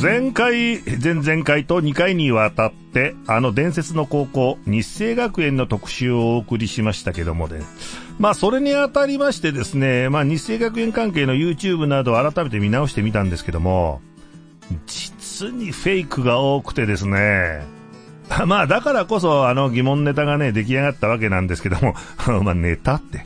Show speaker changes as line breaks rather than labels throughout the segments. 前回、前々回と2回にわたって、あの伝説の高校、日清学園の特集をお送りしましたけどもね。まあ、それにあたりましてですね、まあ、日清学園関係の YouTube などを改めて見直してみたんですけども、実にフェイクが多くてですね、まあ、だからこそ、あの疑問ネタがね、出来上がったわけなんですけども、 まあ、ネタって。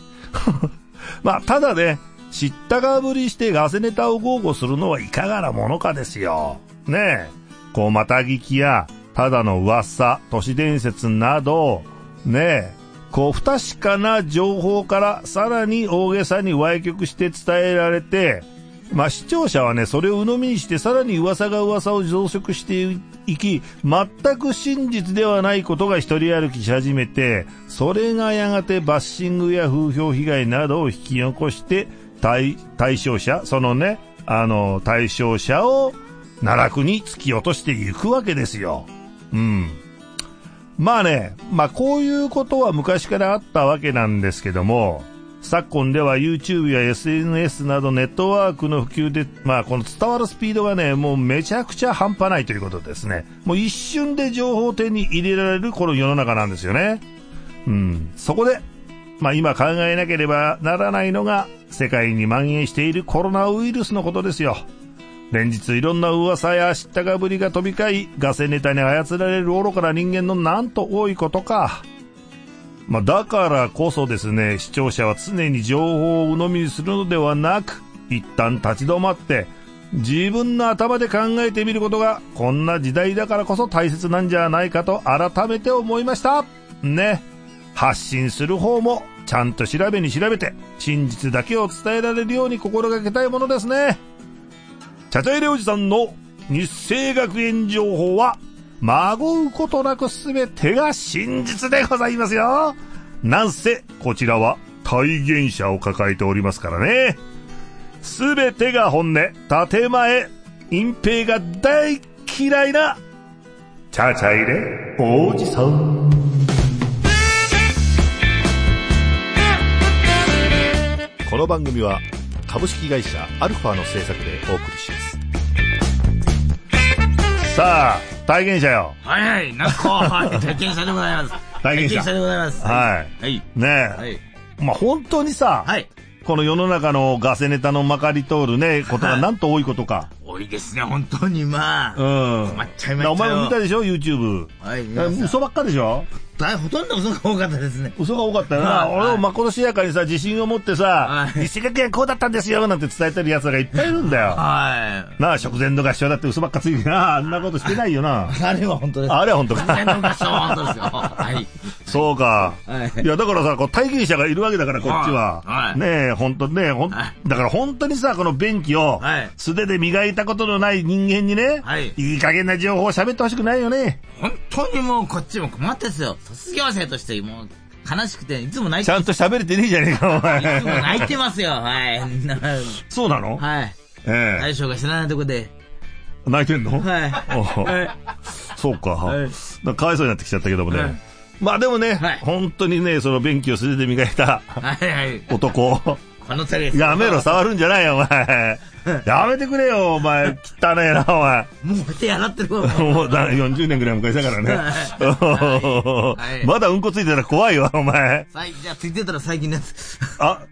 まあ、ただね、知ったかぶりしてガセネタを豪語するのはいかがなものかですよ。ねえ。こう、また聞きや、ただの噂、都市伝説など、ねえ、こう、不確かな情報からさらに大げさに歪曲して伝えられて、まあ、視聴者はね、それを鵜呑みにして、さらに噂が噂を増殖していき、全く真実ではないことが一人歩きし始めて、それがやがてバッシングや風評被害などを引き起こして、対、対象者、そのね、あの、対象者を奈落に突き落としていくわけですよ。うん。まあね、まあこういうことは昔からあったわけなんですけども、昨今では YouTube や SNS などネットワークの普及で、まあこの伝わるスピードがね、もうめちゃくちゃ半端ないということですね。もう一瞬で情報を手に入れられるこの世の中なんですよね。うん。そこで、まあ今考えなければならないのが、世界に蔓延しているコロナウイルスのことですよ。連日いろんな噂や知ったかぶりが飛び交い、ガセネタに操られる愚かな人間のなんと多いことか。まあ、だからこそですね、視聴者は常に情報を鵜呑みにするのではなく、一旦立ち止まって、自分の頭で考えてみることが、こんな時代だからこそ大切なんじゃないかと改めて思いました。ね。発信する方も、ちゃんと調べに調べて、真実だけを伝えられるように心がけたいものですね。チャチャイレおじさんの日清学園情報は、孫うことなくすべてが真実でございますよ。なんせ、こちらは体現者を抱えておりますからね。すべてが本音、建前、隠蔽が大嫌いな、チャチャイレおじさん。
この番組は株式会社アルファの制作でお送りします
さあ、体現者よ。
はいはい、なんか、はい、体験者でございます。
体
体
験者
験者でございます。
は
はい。
い。ねえ。
はい。
まあ、本当にさ、
はい。
この世の中のガセネタのまかり通るね、ことが
はい
なんと多いことか。
多いですね、本当に、ま
う
あ。
ん。
困っちゃいました
だ
よ
お前も見たでしょ ?YouTube。
はい、見ま
え
した
嘘ばっかでしょ
大ほとんど嘘が多かったですね。
嘘が多かったよな。
はい
俺もまことしやかにさ、自信を持ってさ、
はい
日学園こうだったんですよなんて伝えてる奴らがいっぱいいるん だよ。
は
なあ、食前の合唱だって嘘ばっかついてな、あんなことしてないよな。
い。あれは本当です。
あれは本当
全然
か。
昔は本当ですよ。 はい。
そうか。
はい
いや、だからさ、こう、体験者がいるわけだから、こっちは。
はいはい
ねえ、ほんとね、ほん、
はい
だから本当にさ、この便器を
はい、
素手で磨いたことのない人間にね、
はい
い加減な情報を喋ってほしくないよね。
本当にもうこっちも困ってですよ。卒業生としてもう悲しくて、いつも泣い
ち
て、い
ゃんと喋れてねえじゃねえか、お
つも
前。
泣いてますよ。はい。 な
そうなの、
はい。
ええ
大将が知らないとこで。
泣いてんの、
はい。
お
はい。
そうか。
はい
なんかかわいそうになってきちゃったけどもね。
はい
まあでもね、
はい
本当にね、その便器を素手で磨いた
はいはい。
男。
この手です。
やめろ、触るんじゃないよ、お前。やめてくれよ、お前。汚ねえな、お前。
もう手洗ってるわ。もう
もうだ40年ぐらい昔だからね。
い
まだうんこついてたら怖いわ、お前。
最じゃあついてたら最近のやつ。
あ、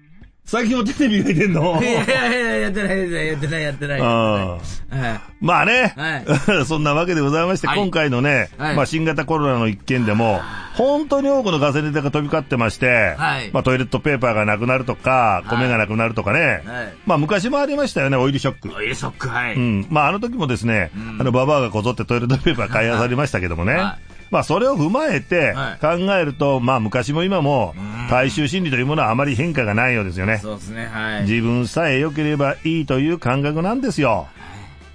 最近も手で磨いてん の
いやいやいや、やってない、やってない、やってない。
あ
はい
まあね、
は
そんなわけでございまして、
はい
今回のね、
はい
まあ、新型コロナの一件でも、本当に多くのガセネタが飛び交ってまして、
はい
まあ、トイレットペーパーがなくなるとか、
はい
米がなくなるとかね、
はい
まあ、昔もありましたよね、オイルショック。
おいショック、は
う
い。
ん。まあ、あの時もですね、あの、ババアがこぞってトイレットペーパー買い漁りましたけどもね。
はい
まあ、それを踏まえて
はい
考えると、まあ、昔も今も、大衆心理というものはあまり変化がないようですよね。
そうですね、はい。
自分さえ良ければいいという感覚なんですよ。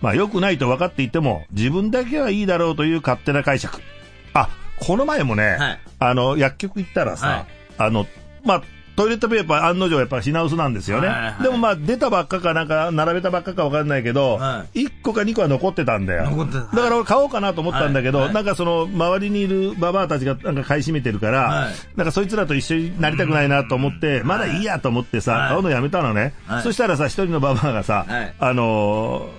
まあ、良くないと分かっていても、自分だけはいいだろうという勝手な解釈。あ、この前もね、
はい
あの、薬局行ったらさ、
はい
あの、まあ、トイレットペーパー案の定やっぱ品薄なんですよね。
はいはい
でもまあ出たばっかかなんか並べたばっかか分かんないけど、
は
1個か2個は残ってたんだよ。
残ってたはい
だから俺買おうかなと思ったんだけど、
はいはい
なんかその周りにいるババアたちがなんか買い占めてるから、
はい
なんかそいつらと一緒になりたくないなと思って、まだいいやと思ってさ、
はい
買うのやめたのね、
はい
そしたらさ一人のババアがさ、
はい
あの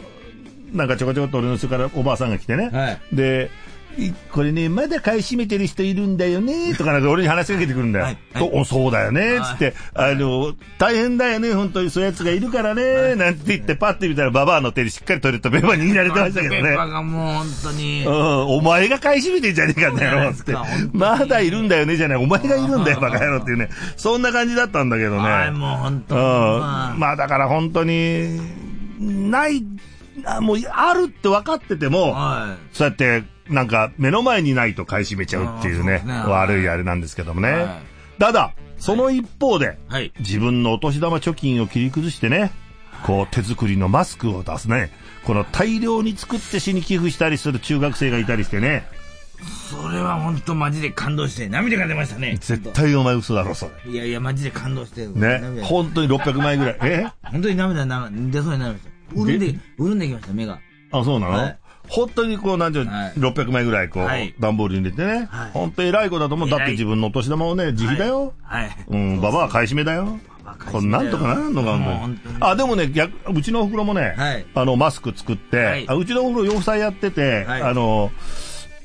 ーなんかちょこちょこっと俺の後ろからおばあさんが来てね。
はい
で、いこれね、まだ買い占めてる人いるんだよね、とかなんか俺に話しかけてくるんだよ。
はい
と、おそうだよね、つって、あの、大変だよね、本当にそういうやつがいるからね、なんて言ってパッて見たらババアの手にしっかりトイレットペーパー握られてましたけど
ペ
ね
ッ。パーがもう本当に
う。ん、お前が買い占めてんじゃねえかんだよ、つって
そうですか本。
まだいるんだよね、じゃない。お前がいるんだよ、バカ野郎っていうね。そんな感じだったんだけどね。
はい、もう本当
うん
に。
まあだから本当に、ない、あもうあるって分かってても、
は
そうやってなんか目の前にないと買い占めちゃうっていうね、
あーそうですね
悪いあれなんですけどもね。
は
ただ、その一方で、
い。はい。
自分のお年玉貯金を切り崩してね、こう手作りのマスクを出すね、この大量に作って市に寄付したりする中学生がいたりしてね、
それは本当マジで感動して、涙が出ましたね。
絶対お前嘘だろ、それ。
いやいや、マジで感動して。
ね、
ほ
本当に600枚ぐらい。え
本当に涙な、出そうになりました。潤んで、潤んできました、目が。
あ、そうなの、
はい
本当にこう、なんていうの、
はい
600枚ぐらい、こう、
はい
段ボールに入れてね。
はい
本当偉い子だと思う。だ
偉い
って自分のお年玉をね、自費だよ。
はい。
うん、ババア買い占めだよ。
バカ
これなんとかならんのか、
もう
本
本
当
当
に
に。
あ、でもね、逆、うちのおふくろもね、
はい
あの、マスク作って、
はい
あうちのおふくろ洋裁やってて、
はい
あの、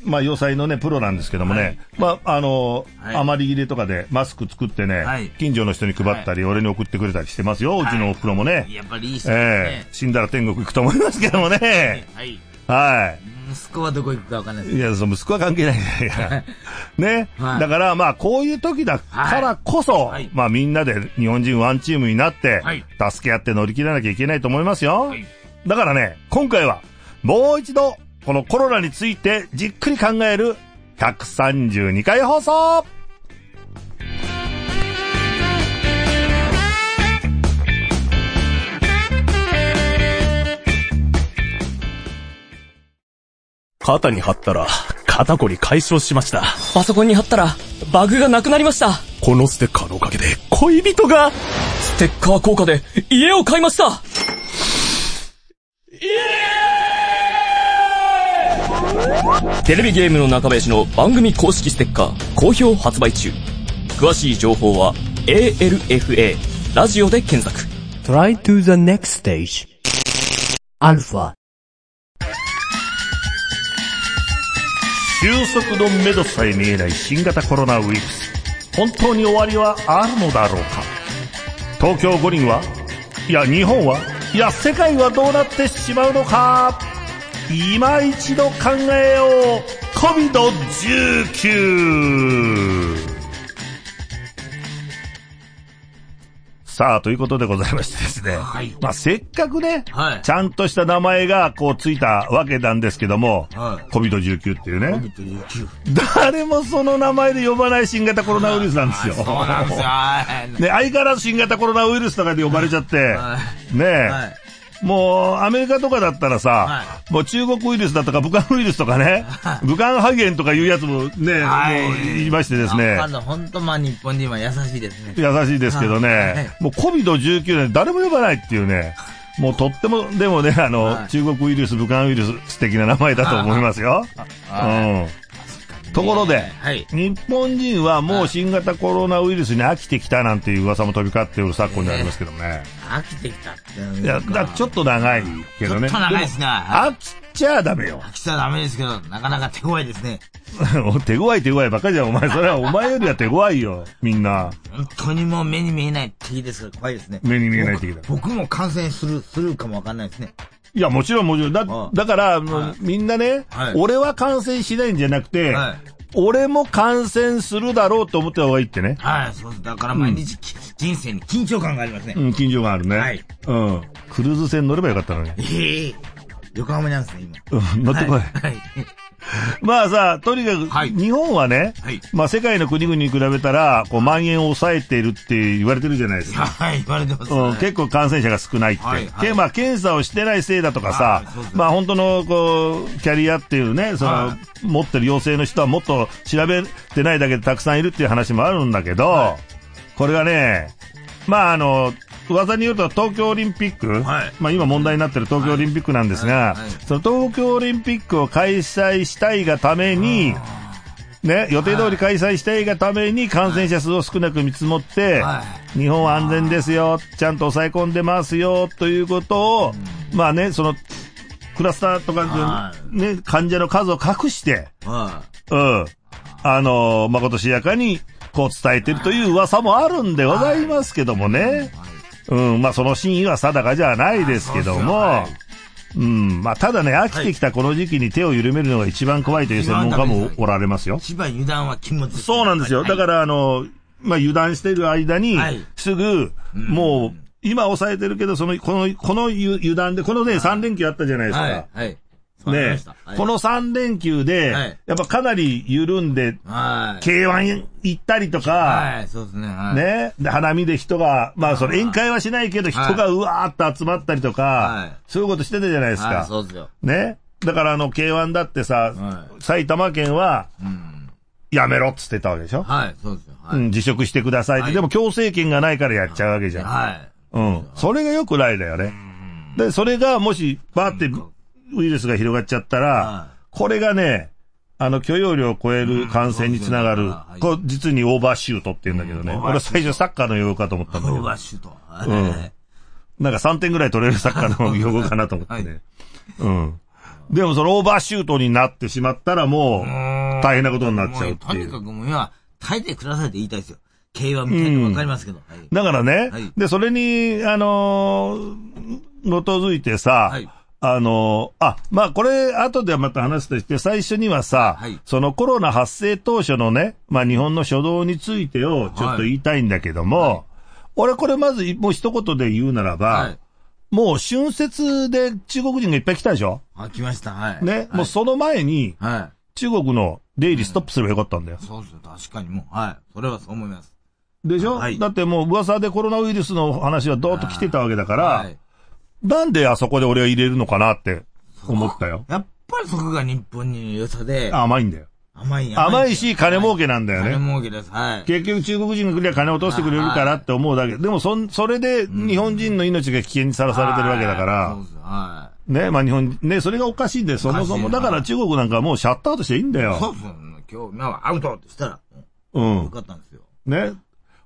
まあ、洋裁のね、プロなんですけどもね、
はい
まあ、あの、
はい
余り切れとかでマスク作ってね、
はい
近所の人に配ったり、俺に送ってくれたりしてますよ、うちのおふくろもね。
やっぱりいい人
え
で
え死んだら天国行くと思いますけども
すね
ね。。
はい。
は
息子はどこ行くかわかんない
い。
です。
いや、その息子は関係ないいや。 ね、
はい
だから、まあ、こういう時だからこ
は
そ、
いはい
まあ、みんなで日本人ワンチームになって、
はい
助け合って乗り切らなきゃいけないと思いますよ。
はい
だからね、今回は、もう一度、このコロナについてじっくり考える132回放送
肩に貼ったら、肩こり解消しました。
パソコンに貼ったら、バグがなくなりました。
このステッカーのおかげで、恋人が、
ステッカー効果で家を買いましたテレビゲームの中林の番組公式ステッカー、好評発売中。詳しい情報は、ALFA、ラジオで検索。
Try to the next stage. Alpha.
収束の目処さえ見えない新型コロナウイルス本当に終わりはあるのだろうか東京五輪はいや日本はいや世界はどうなってしまうのか今一度考えよう COVID-19 さあ、ということでございましてですね。
はい
まあ、せっかくね、
はい
ちゃんとした名前がこうついたわけなんですけども、
はい
COVID-19 っていうね。誰もその名前で呼ばない新型コロナウイルスなんですよ。
そうなんですよ。はい
ね、相変わらず新型コロナウイルスとかで呼ばれちゃって、
は
ねえ、
はい。
もうアメリカとかだったらさ、
は
もう中国ウイルスだとか武漢ウイルスとかね、武漢肺炎とかいうやつもね、
はい
もういましてですね
あ、の、本当まあ日本人は優しいですね。
優しいですけどね、
はい
もう COVID-19 で誰も呼ばないっていうね、もうとっても、でもね、あの、
はい
中国ウイルス、武漢ウイルス、素敵な名前だと思いますよ。うん。ところで、
はい。
日本人はもう新型コロナウイルスに飽きてきたなんていう噂も飛び交っている昨今でありますけどね。
飽きてきたってうのが。
いや、だちょっと長いけどね。
ちょっと長いですね
も
はい
飽きちゃダメよ。
飽きちゃダメですけど、なかなか手強いですね。
手強い手強いばっかりじゃん、お前。それはお前よりは手強いよ、みんな。
本当にもう目に見えない敵ですから怖いですね。
目に見えない敵だ
僕僕も感染する、するかもわかんないですね。
いや、もちろんもちろん。だ、
はい
だから、あの
はい
みんなね、
はい
俺は感染しないんじゃなくて、
はい
俺も感染するだろうと思った方がいいってね。
はい、そうです。だから毎日、き人生に緊張感がありますね。
うん、緊張があるね。
はい
うん。クルーズ船乗ればよかったのに。
ええ横浜にあるんですね、今。
うん、 乗ってこい。
はい。
まあさ、とにかく、
はい
日本はね、
はい
まあ世界の国々に比べたら、こう、蔓延を抑えているって言われてるじゃないですか。
はい、言われてます、
うん、結構感染者が少ないって。
はいはい
けまあ、検査をしてないせいだとかさ
あーそうで、す
まあ、本当の、こう、キャリアっていうね、その、
は
持ってる陽性の人はもっと調べてないだけでたくさんいるっていう話もあるんだけど、これがね、まあ、あの、噂によると東京オリンピック、
はい
まあ今問題になってる東京オリンピックなんですが、
はいはい
その東京オリンピックを開催したいがために、ね、予定通り開催したいがために感染者数を少なく見積もって、
は
日本は安全ですよ、ちゃんと抑え込んでますよ、ということを、まあね、その、クラスターとか
は
で、ね、患者の数を隠して、
は
うん。あの、まことしやかに、こう伝えてるという噂もあるんでございますけどもね。うん、まあその真意は定かじゃないですけども、
あそう
うん、まあただね、飽きてきたこの時期に手を緩めるのが一番怖いという専門家もおられますよ
い。。千葉油断は禁物です
そうなんですよ。
はい
だから、あの、まあ、油断してる間に
はい、
すぐ、もう、今抑えてるけど、その、この、この油油断で、このね、3連休あったじゃないです
はい。。
か
はい。わかりま
ね
したはい
この3連休で
はい、
やっぱかなり緩んで、
はい。
K1 行ったりとか、
はい、そうですね。はい。
ね、で花見で人が、まあ、その宴会はしないけど、人がうわーっと集まったりと
は
か
い、
そういうことしてたじゃないです
はい、
か。
そうですよ。
ね。だから、あの、K1 だってさ
は、
埼玉県は、やめろっつってたわけでしょ
はい、そうですよ。は
う
い。
ん、辞職してくださいって、
はい
でも強制権がないからやっちゃうわけじゃん。
はい。
うん。それが良くないだよね。で、それがもし、バーってウイルスが広がっちゃった
は
ら、これがね、あの、許容量を超える感染につなが
う
る
んはい。
これ、実にオーバーシュートって言うんだけどね。
うん
俺は最初サッカーの用語かと思ったんだ
オー
けど
バ。ーシュート。はい
うんなんか3点ぐらい取れるサッカーの用語かなと思ってね。うん。でもそのオーバーシュートになってしまったらもう、大変なことになっちゃうって
もと
い
に
う
か。くもう今、耐えてくださいって言いたいですよ。経営は見たいの分かりますけど。はい
だからね、
はい
で、それに、あのー基づいてさ、
はい
あのーあ、まあこれ、後でまた話として、最初にはさ、
はい
そのコロナ発生当初のね、まあ日本の初動についてをちょっと言いたいんだけども、俺これまずもう一言で言うならば、
はい。
もう春節で中国人がいっぱい来たでしょ
あ、来ました。はい。
ね、
はい
もうその前に
は
中国の出入りストップすればよかったんだよ
い。。そうですよ。確かにもう。はい。それはそう思います。
でしょ、
はい
だってもう噂でコロナウイルスの話はどーっと来てたわけだから、
はい。
なんであそこで俺は入れるのかなって思ったよ。
やっぱりそこが日本人の良さで、
甘いんだよ。
甘い
甘いし、金儲けなんだよ
金
ね。
儲けです。はい。
結局中国人が来りゃ金落としてくれるからって思うだけ。でもそん、それで日本人の命が危険にさらされてるわけだか
そう
ら、
ですよ。は
ね、まあ日本、ね、それがおかしいんで、そもそも。
おかしいな
だから中国なんかもうシャットアウトしていいんだ
い。そう
よ。
ですよ。今日、まあアウトってしたら、
う
よ
ん。
かったんですよ。
ね。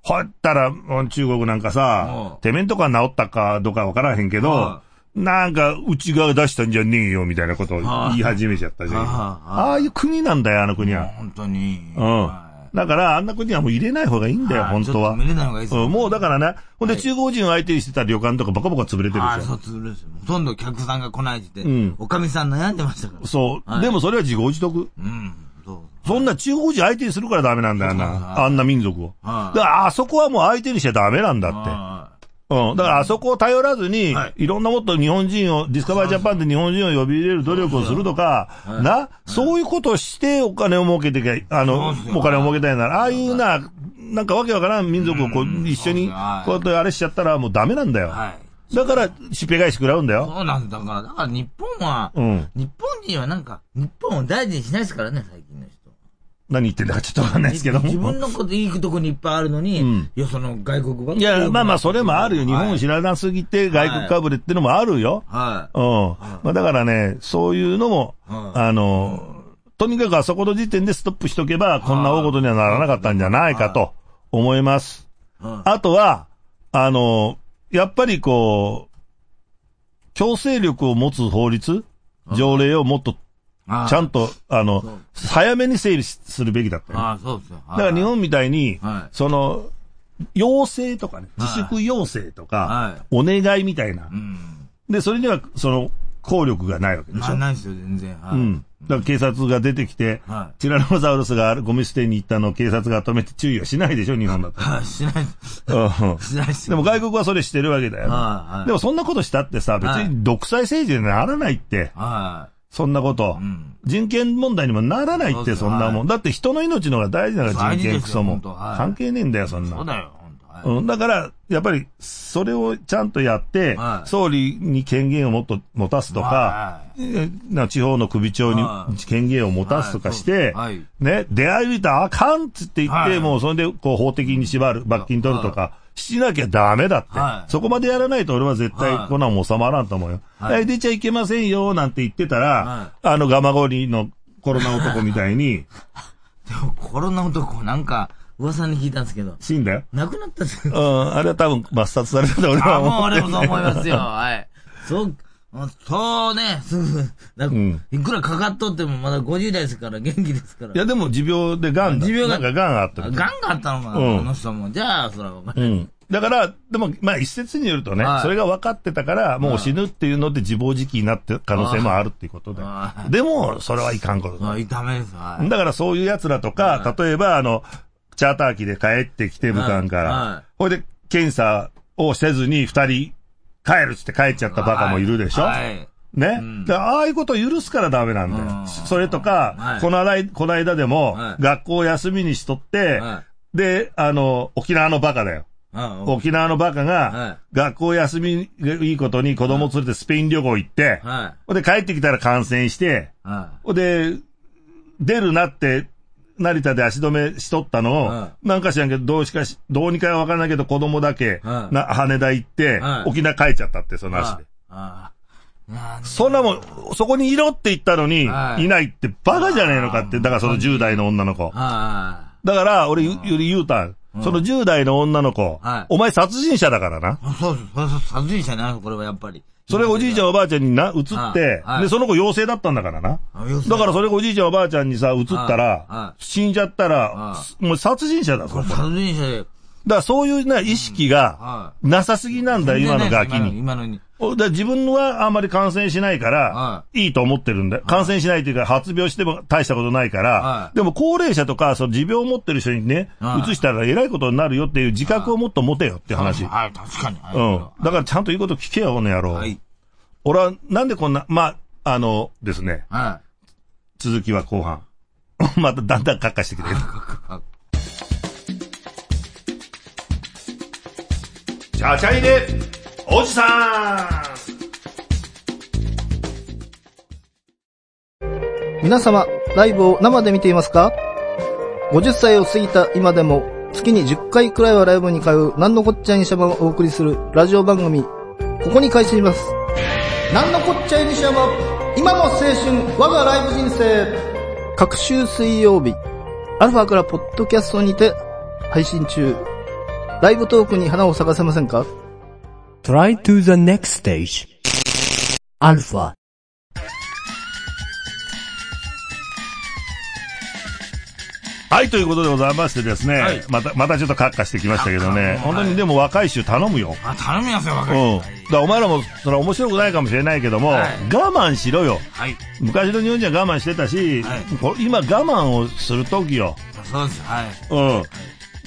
ほったら、うん中国なんかさ
う、ん
てめんとか治ったかどうかわからへんけど
は、
なんか、うちが出したんじゃねえよ、みたいなことを言い始めちゃったじゃ
は
ん。
い
ああいう国なんだよ、あの国は。
本当に。は
うん。だから、あんな国はもう入れない方がいいん
い
だよ、本当
ちょっ
は
と。見れない方がいいです
う
よ。、
ん、もうだかららね、ほんで中国人を相手にしてた旅館とかバカバカ潰れてる
ああ、
でし
そ
ょ。
う潰れるんですよ。ほとんど客さんが来ないって
ん、
おかみさん悩んでましたから。
そう。
はい
でもそれは自業自得。
うん、そう。
そんな中国人相手にするからダメなんだよ
そうそうそう
な。あんな民族を。だ
は
か
い
らあそこはもう相手にしちゃダメなんだっ
は
て。うん。だからあそこを頼らずに
はい、
いろんなもっと日本人を、ディスカバージャパンで日本人を呼び入れる努力をするとか、な、そういうことをしてお金を儲けてけ、あの、
そうそう
お金を儲けたいなら、ああいうな、なんかわけわからん民族をこう一緒に、こ
はいう
やってあれしちゃったらもうダメなんだよ。
い。はい。
だから、しっぺ返し食らうんだよ。
そうなんだだから、だから日本は、
うん
日本人はなんか、日本を大事にしないですからね、最近の人。
何言ってんだかちょっとわかんないですけども。
自分のこといいとこにいっぱいあるのに、
ん
いや、その外国ばっか
い
り
や、まあまあ、それもあるよ。日本を
はい
知らなすぎて外国かぶれってのもあるよ。
はい。
うん。まあ、だからね、そういうのも、
うん
あの、とにかくあそこの時点でストップしとけば、こんな大事にはならなかったんじゃないかと思います。
うん
あとは、あの、やっぱりこう、強制力を持つ法律、条例をもっと
ああ
ちゃんと、あの
う、
早めに整理しするべきだったよね。
ああ、そうですよ。だ
だから日本みたいに、
はい
その、要請とかね、自粛要請とか、お願いみたいな
う。ん。
で、それには、その、効力がないわけでし
まあ、
ょ。
ないですよ、全然。は
う
い。
ん。だから警察が出てきて
は、い
ティラノサウルスがゴミ捨てに行ったのを警察が止めて注意はしないでしょ、日本だと。
はい、 しないです。
うん
しないです
で
よ。
も外国はそれしてるわけだよね。
はいはい
でもそんなことしたってさ、別に独裁政治にならないって。
は
そんなこと、
ん
人権問題にもならない
そ
っ
うで
て、
すよ
そんなもん。だって人の命の方が大事なのが
大事です
人権
よ
クソも
本。当はい
関係ねえんだよ、そん
い。そう
な。
だよ、本当はい。
うん、だから、やっぱり、それをちゃんとやって、
はい
総理に権限をもっと持たすとか
は、
えーな地方の首長に
はい
権限を持たすとかして、
はいはい
ね、出会いびたらあかんっつって言って、
はい
もうそれでこう法的に縛る、罰金取るとか、しなきゃダメだって、
はい
そこまでやらないと俺は絶対
はい
こんなんも収まらんと思うよ。
はい
え出ちゃいけませんよ、なんて言ってたら、
は
あのガマゴリのコロナ男みたいに、
でも、コロナ男、なんか、噂に聞いたんですけど、
死んだよ。
亡くな ったんですよ
う。ん、あれは多分抹殺されたと俺
あ
は
もう
思って
俺
る
もそう思いますよ。はい。そう、あそうね、すぐ、だ
ん
いくらかかっとってもまだ50代ですから、元気ですから。
いや、でも持病で癌だ。
持病が
なんか癌あった
あ
み
ガ
た
ン
い
があったのかな、
うん
あの人も。じゃあ、そら、お前、
うん。だから、でも、まあ一説によるとね、
はい
それが分かってたから、もう死ぬっていうので自暴自棄になってる可能性もあるっていうことで
あ。あ
でも、それはいかんことだ。
あ痛めです、はい。
だからそういう奴らとか、例えば、あの、チャーター機で帰ってきて、武漢か
はいは
ら
い。
ほいで、検査をせずに二人帰るっつって帰っちゃったバカもいるでしょ
はい。
ね、
ん
だからああいうことを許すからダメなんだよ。
うん
それとか、
はい
この間この間でも、
はい
学校を休みにしとって、
は
で、あの、沖縄のバカだよ。
うん
沖縄のバカが、
は
学校休みがいいことに子供連れてスペイン旅行行って、
は
ほんで帰ってきたら感染して、
い。は
ほんで、出るなって、成田で足止めしとったのを、
は
なんか知らんけど、どうしかし、どうにかわからないけど子供だけ、
はい
な羽田行って、
はい
沖縄帰っちゃったって、そ
い。
の足で。
ああ。なん
そんなもん、そこにいろって言ったのに、
はい
いないってバカじゃねえのかって、だからその10代の女の子。
あ
だから、俺、ゆゆり言うたん。その10代の女の子
はい、
お前殺人者だからな。
あ。そうそう、そうそう、殺人者になる、これはやっぱり。
それがおじいちゃんおばあちゃんにな、移って
は、い
で、その子陽性だったんだからな。
あ要する
だ
に
からそれがおじいちゃんおばあちゃんにさ、移った
はいは
ら、
い
死んじゃったら
は、
もう殺人者だぞ。
これ殺人者で。
だからそういうな、意識が
は、
なさすぎなんだ、今のガキに。
今のに。
だから自分はあんまり感染しないから
は、
いいと思ってるんだよ。感染しないというか、発病しても大したことないか
は
ら、
い
でも高齢者とか、その持病を持ってる人にね
は、いう
つしたら偉いことになるよっていう自覚をもっと持てよって話。。
はい、確かに。はいう
ん。だからちゃんと言うこと聞けよ、この野郎。
はい。
俺は、なんでこんな、まあ、あの、ですね、
は
続きは後半。 まただんだんカッカしてきてる。
チャチャイでおじさん
皆様、ライブを生で見ていますか ?50 歳を過ぎた今でも、月に10回くらいはライブに通う、なんのこっちゃいにしゃばをお送りするラジオ番組、ここに開始します。なんのこっちゃいにしゃば、今も青春、我がライブ人生。各週水曜日、アルファからポッドキャストにて配信中。ライブトークに花を咲かせませんか
Try to the next stage. Alpha.
はい、ということでございましてですね、また、またちょっとカッカしてきましたけどね、本当にでも若い衆頼むよ。
あ、頼みますよ、
う
若
ん。
い
だからお前らも、それは面白くないかもしれないけども、
はい
我慢しろよ。
はい。
昔の日本人は我慢してたし、
はい
こ今我慢をする時よ。
そうです。はい。
うん。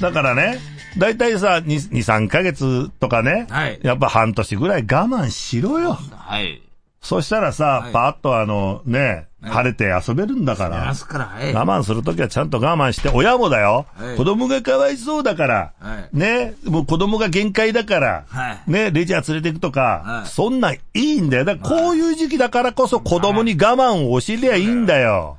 だからね、だいたいさ、2、3ヶ月とかね、
はい
やっぱ半年ぐらい我慢しろよ。
はい。
そしたらさ、
はい
パーッとあの、ね、
はい
晴れて遊べるんだか
やり
ら
ま。すから、はい。
我慢するときはちゃんと我慢して、親もだよ、
はい
子供がかわいそうだから、
はい
ね、もう子供が限界だから、
はい
ね、レジャー連れて行くとか、
はい
そんなんいいんだよ。だからこういう時期だからこそ子供に我慢を教えりゃいいんだよ。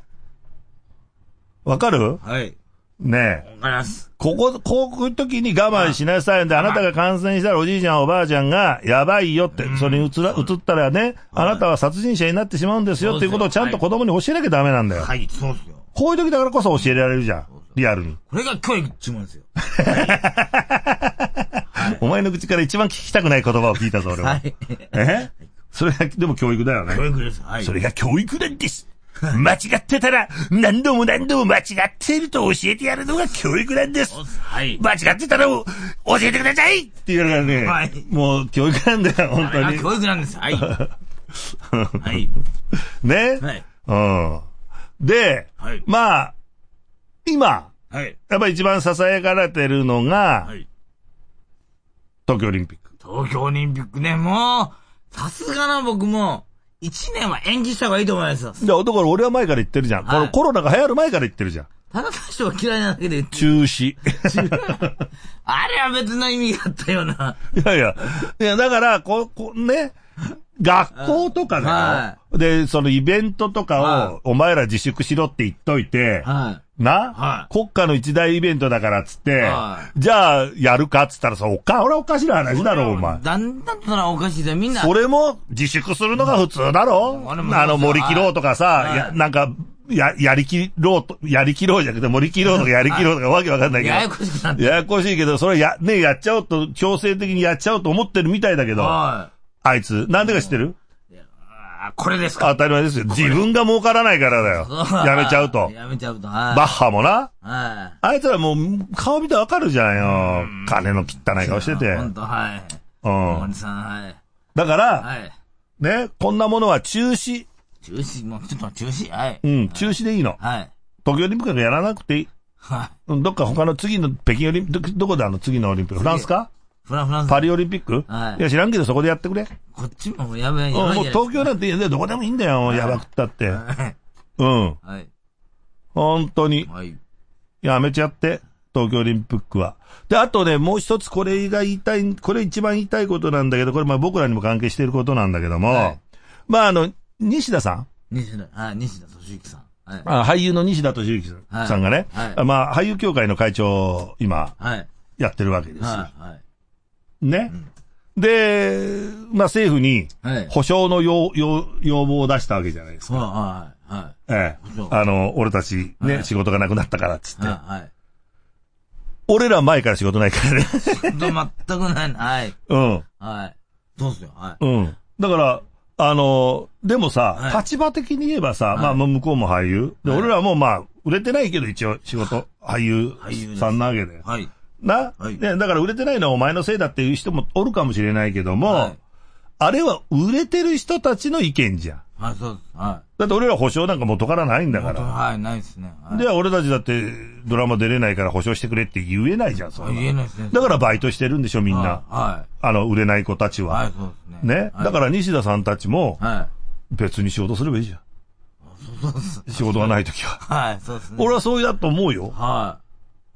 わかる
はい。
ねえ
わかります。
ここ、こういう時に我慢しなさいんで、あなたが感染したらおじいちゃんおばあちゃんが、やばいよって、それにうつら、うつったらね、あなたは殺人者になってしまうんですよっていうことをちゃんと子供に教えなきゃダメなんだよ。
はい、そうですよ。
こういう時だからこそ教えられるじゃん。リアルに。
これが教育っちゅうもんですよ。
お前の口から一番聞きたくない言葉を聞いたぞ、俺は。
はい。
えそれが、でも教育だよね。
教育です。はい。
それが教育なんです。間違ってたら、何度も何度も間違っていると教えてやるのが教育なんです
そう。です。はい。
間違ってたら、教えてくださいって言うからね、
はい
もう教育なんだよ、本
これ
当
が
に。
教育なんです。はい。はい。
ね、
はい。
うん。で、
はい
まあ、今、
はい。
やっぱ一番囁かれてるのが、
はい。
東京オリンピック。
東京オリンピックね、もう、さすがの僕も、一年は延期した方がいいと思いますよ。
いや、だから俺は前から言ってるじゃん。
はい
このコロナが流行る前から言ってるじゃん。
ただ大将が嫌いなだけで、
中止。
あれは別な意味があったような。
いやいや。いや、だから、こ、こ、ね、学校とかだ
は
よ。で、そのイベントとか
は
を、お前ら自粛しろって言っといて、
は
な、
はい
国家の一大イベントだからっつって、
は
じゃあ、やるかっつったらさ、おか、俺はおかしな話だろ、お前
い。。だんだんとなおかしいですよ、みんな。
それも自粛するのが普通だろ
うん俺もそう
あの、森切ろうとかさ
は、い
やなんか、や、やりきろうと、やりきろうじゃなくて森切ろうとかやりきろうとかわけわかんないけど。
ややこしくなって。
ややこしいけど、それや、ね、やっちゃおうと、強制的にやっちゃおうと思ってるみたいだけど、
は
あいつ、なんでか知ってる
い。あこれですか。。
当たり前ですよ。自分が儲からないからだよ。やめちゃうと
やめちゃうと。はい。
バッハもな。
は
あいつらもう、顔見てわかるじゃんよ。金の汚い
い。
顔してて。
本当はい。
う
大
ん
森。さん、はい。
だから、
はい。
ね、こんなものは中止。
中止、もうちょっと中止、はい。
うん、中止でいいの。
はい。
東京オリンピックやらなくていい。
はい。
うん、どっか他の次の北京オリンピック、どどこであの次のオリンピックフランスか
フランフランス。
パリオリンピック、
はい
いや知らんけどそこでやってくれ。
こっちももうやばい、
うん
やばい
も
じゃないで
う
すか。
東京なんていやどこでもいいんだよ。やばくったって。
はい
うん。
はい。
本当に。
はい。
やめちゃって。東京オリンピックは。で、あとね、もう一つこれが言いたい、これ一番言いたいことなんだけど、これまあ僕らにも関係していることなんだけども、
はい
まああの、西田さん、
西田、はい、西田敏行さん。はい。
あ俳優の西田敏行さんさんがね、
はいはい
まあ俳優協会の会長を今
はい。
やってるわけですよ。
は
ね。で、まあ政府に
い。はい。はい。
保証の要要要望を出したわけじゃないですか。
はい。はい。
ええ
保証
あの、俺たちね、
はい
仕事がなくなったからっつって。
は
俺ら前から仕事ないからね。
い。と全くない。はい。
うん。
はい。そうっすよ。はい。
うん。だから、あの、でもさ、
はい
立場的に言えばさ、まあ、向こうも俳優。で、
はい
俺らもまあ、売れてないけど一応仕事、俳
優で
優
す
さんなわけで。
はい。
な、
はい
ね、だから売れてないのはお前のせいだっていう人もおるかもしれないけども、
はい
あれは売れてる人たちの意見じゃん。
はい、そうです。は
だって俺ら保証なんか元からないんだ
い。
か
本当
ら。
はい、ないですね。はい
で、俺たちだってドラマ出れないから保証してくれって言えないじゃん、そんなの
言えないですね
だからバイトしてるんでしょ、みんな。
は
あの、売れない子たち
い。
は。
はい、そうですね。、
ね。だからら西田さんたちも、
は
別に仕事すればいいじゃん。
い。そうです。
仕事がないときは。
はい、そうですね。
俺はそうだと思うよ。
は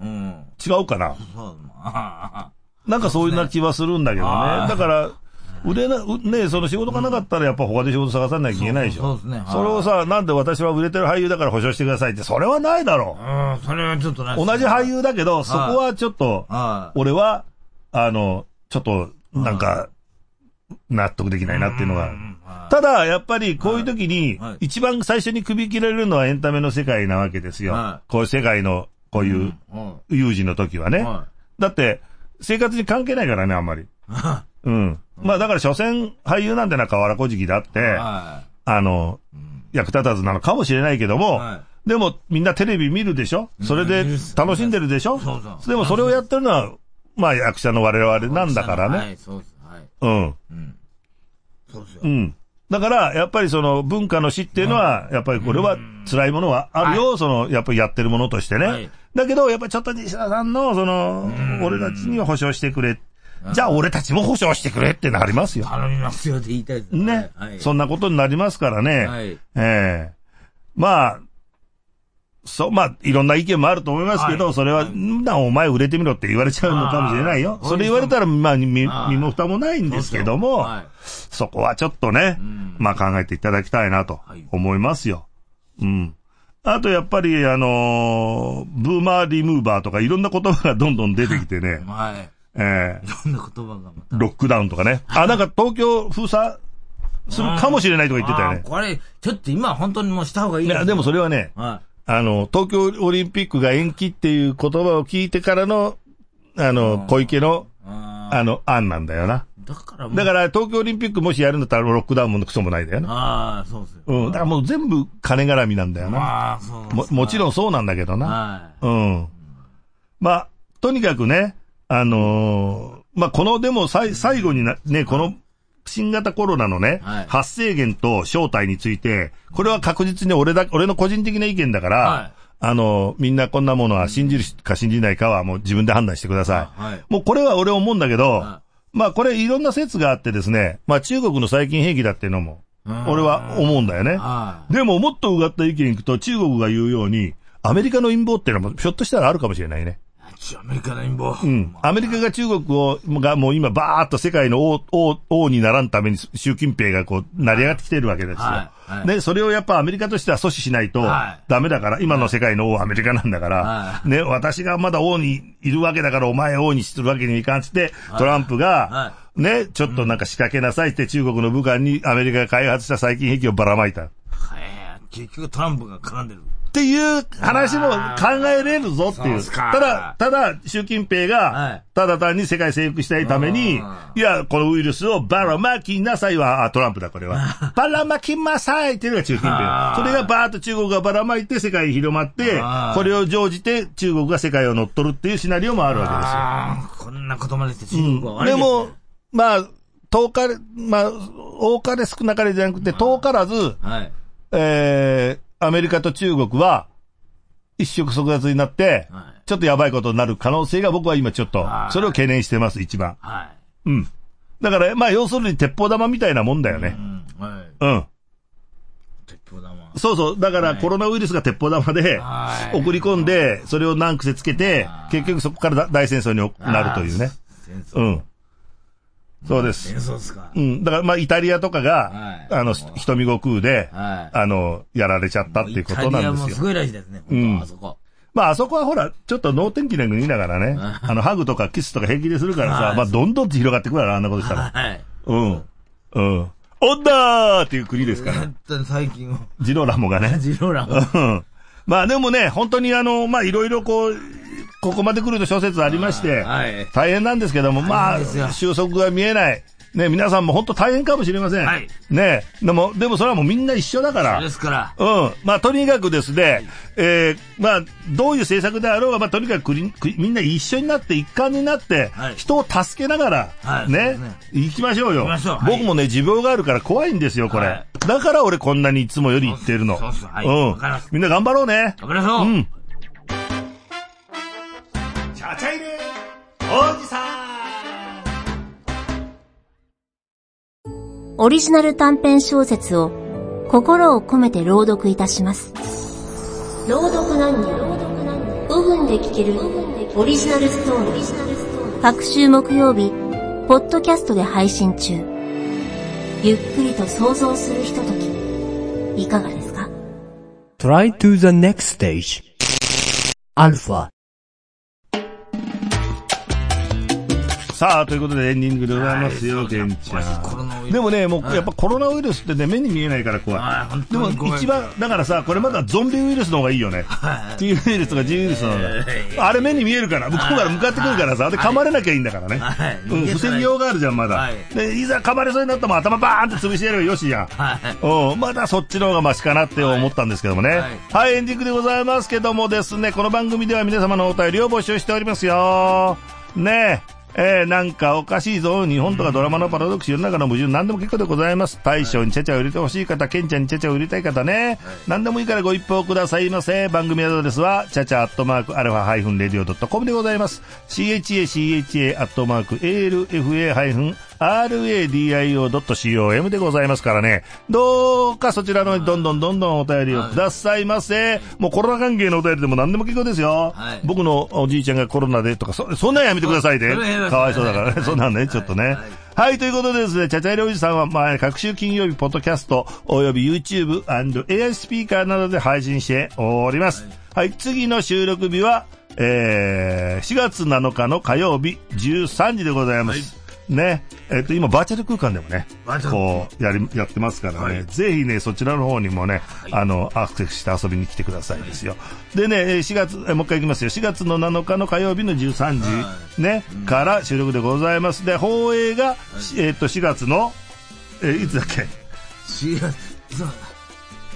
い。うん。
違うかな。
そうだな。
なんかそういうな気はするんだけどね。
はい
だから、売れな、うねその仕事がなかったらやっぱ他で仕事探さなきゃいけないでしょ。
そうそうそうですねはい
それをさ、なんで私は売れてる俳優だから保証してくださいって、それはないだろ
うん、それはちょっとな
う。
いです
同
ね
じ俳。優だけど、そこはちょっと、
はい。
俺は、あの、ちょっと、なんか、納得できないなっていうのが。ただ、やっぱりこういう時に
はいはい、
一番最初に首切られるのはエンタメの世界なわけですよ
は。
こういう世界の、こういう
は
有事の時はね。
は
だって、生活に関係ないからね、あんまり。うん。まあだから、所詮、俳優なんてのは河原小じきだって
い。、は
あの、役立たずなのかもしれないけども
は、
でもみんなテレビ見るでしょそれで楽しんでるでしょ
そうそう
でもそれをやってるのは、まあ役者の我々
い。
なんだから
は
ね。
い、そうです。はい。
うん。
そうですよ
う。ん。だから、やっぱりその文化の死っていうのは、やっぱりこれは辛いものはあるよ、その、やっぱりやってるものとしてね。
はい
だけど、やっぱりちょっと西田さんの、その、俺たちには保証してくれ。じゃあ俺たちも保証してくれってなりますよ。
頼みますよって言いたいです
ね。
はい。
そんなことになりますからね。
はい
ええまあ、そう、まあ、いろんな意見もあると思いますけど、
はい
それは、んなお前売れてみろって言われちゃうのかもしれないよ。
あー
それ言われたら、まあ、み身
あー
も蓋もないんですけども、
はい。
そこはちょっとね、
ん
まあ考えていただきたいなと
はい、
思いますよ。うん。あとやっぱり、あのーブーマーリムーバーとかいろんな言葉がどんどん出てきてね
はい。
え
いろんな言葉がまた
ー、ロックダウンとかね。あ、なんか東京封鎖するかもしれないとか言ってたよ
あー
ね。
これ、ちょっと今本当にもうした方がいい
い
です
や、でもそれはね、
は
あの、東京オリンピックが延期っていう言葉を聞いてからの、あの、小池の、
い。あ
あの、案なんだよな。
ーだからもう。
だから東京オリンピックもしやるんだったらロックダウンもクソもないだよな。
ああ、そうですよ。
うん。だからもう全部金絡みなんだよな。
まあ、そうです
も、もちろんそうなんだけどな。
は
うん。まあ、とにかくね、あのーまあ、この、でも、さい、最後にな、ね、この、新型コロナのね、
はい
発生源と正体について、これは確実に俺だ、俺の個人的な意見だから、
はい
あのーみんなこんなものは信じるか信じないかはもう自分で判断してください。
はい
もうこれは俺思うんだけど、
は
まあこれいろんな説があってですね、まあ中国の最近兵器だっていうのも、
ん
俺は思うんだよね。
い。は
でももっとうがった意見いくと中国が言うように、アメリカの陰謀っていうのもひょっとしたらあるかもしれないね。
い。ちアメリカの陰謀。
うん。アメリカが中国を、がもう今バーッと世界の王、王、王にならんために習近平がこう、成り上がってきてるわけですよ。
はいはい
ね、それをやっぱアメリカとしては阻止しないと
はい
ダメだから、今の世界の王はアメリカなんだから、
は
ね、私がまだ王にいるわけだからお前王にするわけにはいかんつって、トランプが
は、
ね、ちょっとなんか仕掛けなさいって中国の武漢にアメリカが開発した最近兵器をばらまいた。
はい。結局トランプが絡んでる。
っていう話も考えれるぞって
そう
い
っ
う。
すか
ただ、ただ、習近平
は
が
い、
ただ単に世界征服したいために
あ、
いや、このウイルスをばらまきなさいは、あ、トランプだ、こ れは。ばらまきまさいっていうのが習近
あ
平。
ー
それがばーっと中国がばらまいて世界に広まって
あ、ー
これを乗じて中国が世界を乗っ取るっていうシナリオもあるわけですよ。
ああ、こんなことまでして中
うん
国は悪い
です
ね
も、まあ、10日で、まあ、多かれ少なかれじゃなくて、10からず、
はい。
えー、アメリカと中国は、一触即奪になって、
はい
ちょっとやばいことになる可能性が僕は今ちょっと
は、い
それを懸念してます、一番。
は
うん。だから、まあ、要するに鉄砲玉みたいなもんだよ
い。
ね
う。ん。はい。
うん。
鉄砲玉。
そうそう。だから、
はい
コロナウイルスが鉄砲玉で、
はい
送り込んで、それを何癖つけて、結局そこから大戦争になるというね。
戦争。
うん。そうです。
戦争っすか。
うん。だから、まあ、イタリアとかが
は、い
あの、し瞳悟空で、
はい
あの、やられちゃったっていうことなん
イタリアも
ですすよ。
ごいらしいですね。本
ん
当あそこ。
まあ、あそこはほら、ちょっと能天気な国だからね、あの、ハグとかキスとか平気でするから
は
さ、
い
まあ、どんどん広がってくから、あんなことしたら。
はい。
うん。うん。女ーっていう国ですから、
本 当に最近は、
ジローラモがね。
ジローラも。
うんまあでもね、本当にあの、まあいろいろこう、ここまで来ると諸説ありまして、
はい
大変なんですけども、ま
大変ですよ
あ、収束が見えない。ね、皆さんも本当大変かもしれません。
はい
ね、でも、でもそれはもうみんな一緒だから。
ですから。
うん。まあ、とにかくですね、えーまあ、どういう政策であろうが、まあ、とにかくくりくりみんな一緒になって、一貫になって、
はい
人を助けながら、
はいそうで
ね
すね、
行きましょうよ。
行きましょうはい
僕もね、持病があるから怖いんですよ、これ。
はい
だから俺こんなにいつもより言ってるの。
そうそうはいわ
うん
かります。
みんな頑張ろうね。
頑張りましょう。
うん。
オリジナル短編小説を心を込めて朗読いたします。朗読何人5分で聞けるオリジナルストーリー。各週木曜日、ポッドキャストで配信中。ゆっくりと想像するひととき、いかがですか
Try to the next stage. Alpha.
さあ、ということでエンディングでございますよ、ケンちゃ
コロナウイル
ん。
ス
でもね、もう、やっぱコロナウイルスってね、目に見えないから怖
はい本
で
当
も
に怖い
一番、だからさ、これまだゾンビウイルスの方がいいよね。T ウイルスとか G ウイ ルスの方が。あれ目に見えるから、向こうから向かってくるからさ、で噛まれなきゃいいんだからね。
はい。
うん、防ぎようがあるじゃん、まだ
はい。
で、いざ噛まれそうになったらもう頭バーンって潰してやればよしじゃん。
はい。
うん、まだそっちの方がマシかなって思ったんですけどもね。
は
はいい、
はい
エンディングでございますけどもですね、この番組では皆様のお便りを募集しておりますよ。ねえ。えー、なんかおかしいぞ。日本とかドラマのパラドックス世の中の矛盾何でも結構でございます。大将にちゃちゃを入れてほしい方、ケンちゃんにちゃちゃを入れたい方ね。何でもいいからご一報くださいませ。番組アドレスは、ちゃちゃアットマークアルファハイフンレディオドットコムでございます。CHACHA アットマーク ALFA ハイフン radio.com でございますからね。どうかそちらの方にどんどんどんどんお便りをくださいませ。もうコロナ関係のお便りでも何でも結構ですよ
はい。
僕のおじいちゃんがコロナでとか、そそんなんやめてくださいね
それはやめま。す
かわいそうだから
は
ね。
い
そんなんね、ちょっと
はい
ね。はい、ということでですね、チャチャイレおじさんは、まあ、各週金曜日、ポッドキャスト、および YouTube& AI スピーカーなどで配信しております。はい、次の収録日は、えー、4月7日の火曜日、13時でございます。ね。えっ、と、今、バーチャル空間でもね、
バーチャル空
こう、やり、やってますからね、
はい
ぜひね、そちらの方にもね、あの、アクセスして遊びに来てくださいですよ。でね、えー4月、えーもう一回行きますよ。4月の7日の火曜日の13時、ね、から収録でございます。で、放映が、しえーっと、4月の、えーいつだっけ
4月、そうだ、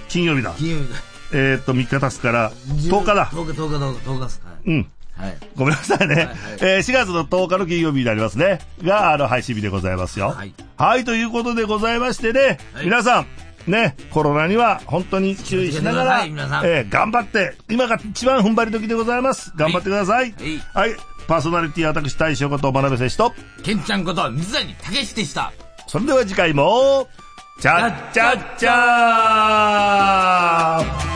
金曜日だ。
金曜日だ。
えーっと、3日経つから、10日だ。
10日、10日、10日、10日っすか。
うん。
はい。
ごめんなさいね。
いはい
えー4月の10日の金曜日になりますね。が、あの、配信日でございますよ。
はい
はい、ということでございましてね、
はい
皆さん、ね、コロナには本当に注意しながら、
気をつけてください皆さん
えー頑張って、今が一番踏ん張り時でございます。頑張ってください。はい、パーソナリティ私大将こと学部選手と、
ケンちゃんこと、水谷武史でした。
それでは次回も、チャッチャッチャー